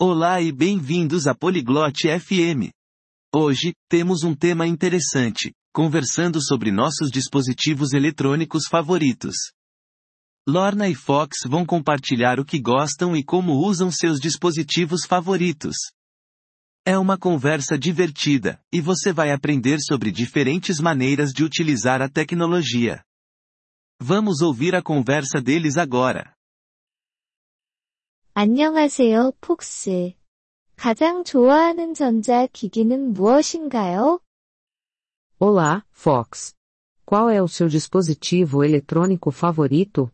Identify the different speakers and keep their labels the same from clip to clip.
Speaker 1: Olá e bem-vindos a Poliglote FM. Hoje, temos um tema interessante, conversando sobre nossos dispositivos eletrônicos favoritos. Lorna e Fox vão compartilhar o que gostam e como usam seus dispositivos favoritos. É uma conversa divertida, e você vai aprender sobre diferentes maneiras de utilizar a tecnologia. Vamos ouvir a conversa deles agora.
Speaker 2: 안녕하세요, 폭스. 가장 좋아하는 전자기기는 무엇인가요?
Speaker 3: Olá, Fox. Qual é o seu dispositivo eletrônico favorito?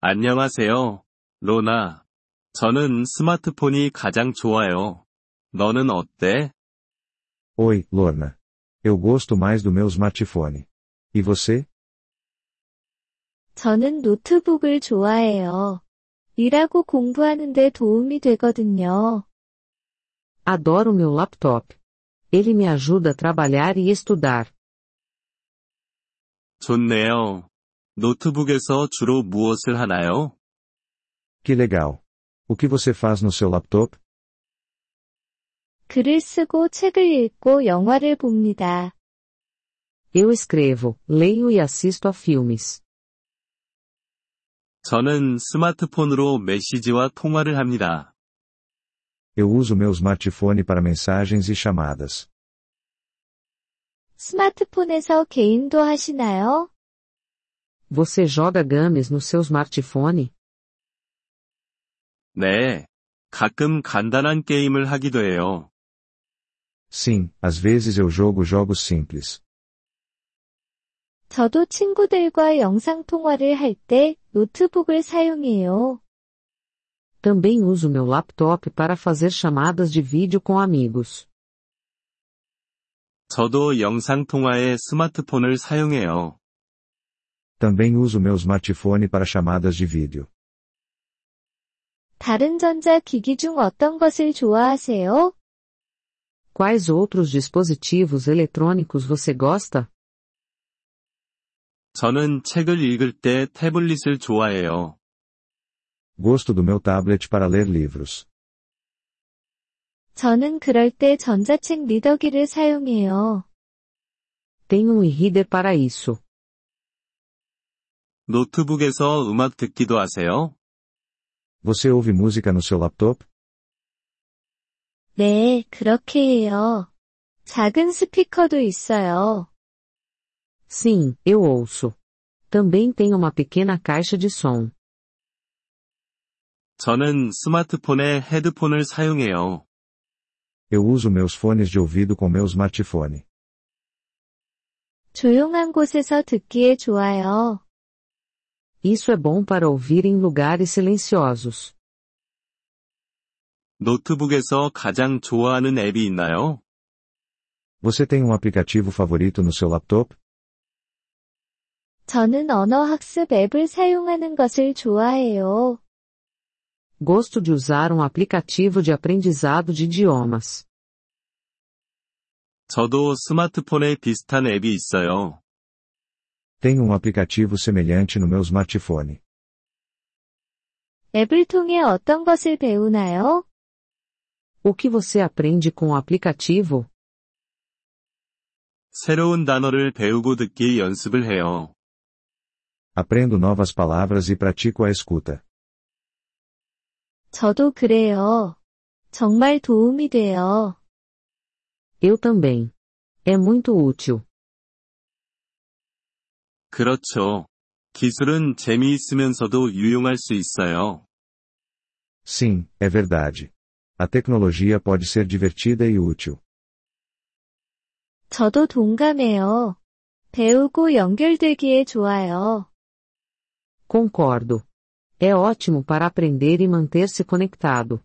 Speaker 4: 안녕하세요, 로나. 저는 스마트폰이 가장 좋아요. 너는 어때?
Speaker 5: Oi, Lorna. Eu gosto mais do meu smartphone. E você?
Speaker 2: 저는 노트북을 좋아해요. 일하고 공부하는데 도움이 되거든요.
Speaker 3: Adoro meu laptop. Ele me ajuda a trabalhar e estudar.
Speaker 4: 좋네요. 노트북에서 주로 무엇을 하나요?
Speaker 5: Que legal. O que você faz no seu laptop?
Speaker 2: 글을 쓰고 책을 읽고 영화를 봅니다.
Speaker 3: Eu escrevo, leio e assisto a filmes.
Speaker 4: 저는 스마트폰으로 메시지와 통화를 합니다.
Speaker 5: Eu uso meu smartphone para mensagens e chamadas.
Speaker 2: 스마트폰에서 개인도 하시나요?
Speaker 3: Você joga games no seu smartphone?
Speaker 4: 네. 가끔 간단한 게임을 하기도 해요.
Speaker 5: Sim, às vezes eu jogo jogos simples.
Speaker 2: 저도 친구들과 영상통화를 할 때 노트북을 사용해요.
Speaker 3: Também uso meu laptop para fazer chamadas de vídeo com amigos.
Speaker 4: 저도 영상통화에 스마트폰을 사용해요.
Speaker 5: Também uso meu smartphone para chamadas de vídeo.
Speaker 2: 다른 전자기기 중 어떤 것을 좋아하세요?
Speaker 3: Quais outros dispositivos eletrônicos você gosta?
Speaker 4: 저는 책을 읽을 때 태블릿을 좋아해요.
Speaker 5: Gosto do meu tablet para ler livros.
Speaker 2: 저는 그럴 때 전자책 리더기를 사용해요.
Speaker 3: Tenho um e-reader para isso.
Speaker 4: 노트북에서 음악 듣기도 하세요?
Speaker 5: Você ouve música no seu laptop?
Speaker 2: 네, 그렇게 해요. 작은 스피커도 있어요.
Speaker 3: Sim, eu ouço. Também tenho uma pequena caixa de som.
Speaker 4: 저는 스마트폰에 헤드폰을 사용해요.
Speaker 5: Eu uso meus fones de ouvido com meu smartphone.
Speaker 2: 조용한 곳에서 듣기에 좋아요.
Speaker 3: Isso é bom para ouvir em lugares silenciosos.
Speaker 4: 노트북에서 가장 좋아하는 앱이 있나요?
Speaker 5: Você tem um aplicativo favorito no seu laptop?
Speaker 2: 저는 언어학습 앱을 사용하는 것을 좋아해요.
Speaker 3: Gosto de usar um aplicativo de aprendizado de idiomas.
Speaker 4: 저도 스마트폰에 비슷한 앱이 있어요.
Speaker 5: Tenho um aplicativo semelhante no meu smartphone.
Speaker 2: 앱을 통해 어떤 것을 배우나요?
Speaker 3: O que você aprende com o aplicativo?
Speaker 4: 새로운 단어를 배우고 듣기 연습을 해요.
Speaker 5: Aprendo novas palavras e pratico a escuta.
Speaker 2: 저도 그래요. 정말 도움이 돼요.
Speaker 3: Eu também. É muito útil.
Speaker 4: 그렇죠. 기술은 재미있으면서도 유용할 수 있어요.
Speaker 5: Sim, é verdade. A tecnologia pode ser divertida e útil.
Speaker 2: 저도 동감해요. 배우고 연결되기에 좋아요.
Speaker 3: Concordo. É ótimo para aprender e manter-se conectado.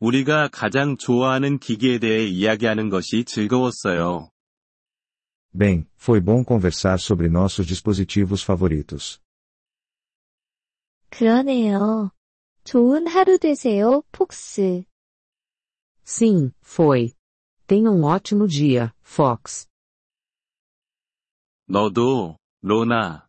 Speaker 4: 우리가 가장 좋아하는 기기에 대해 이야기하는 것이 즐거웠어요.
Speaker 5: Bem, foi bom conversar sobre nossos dispositivos favoritos.
Speaker 2: 그러네요. 좋은 하루 되세요, 폭스.
Speaker 3: Sim, foi. Tenha um ótimo dia, Fox.
Speaker 4: 너도, 로나.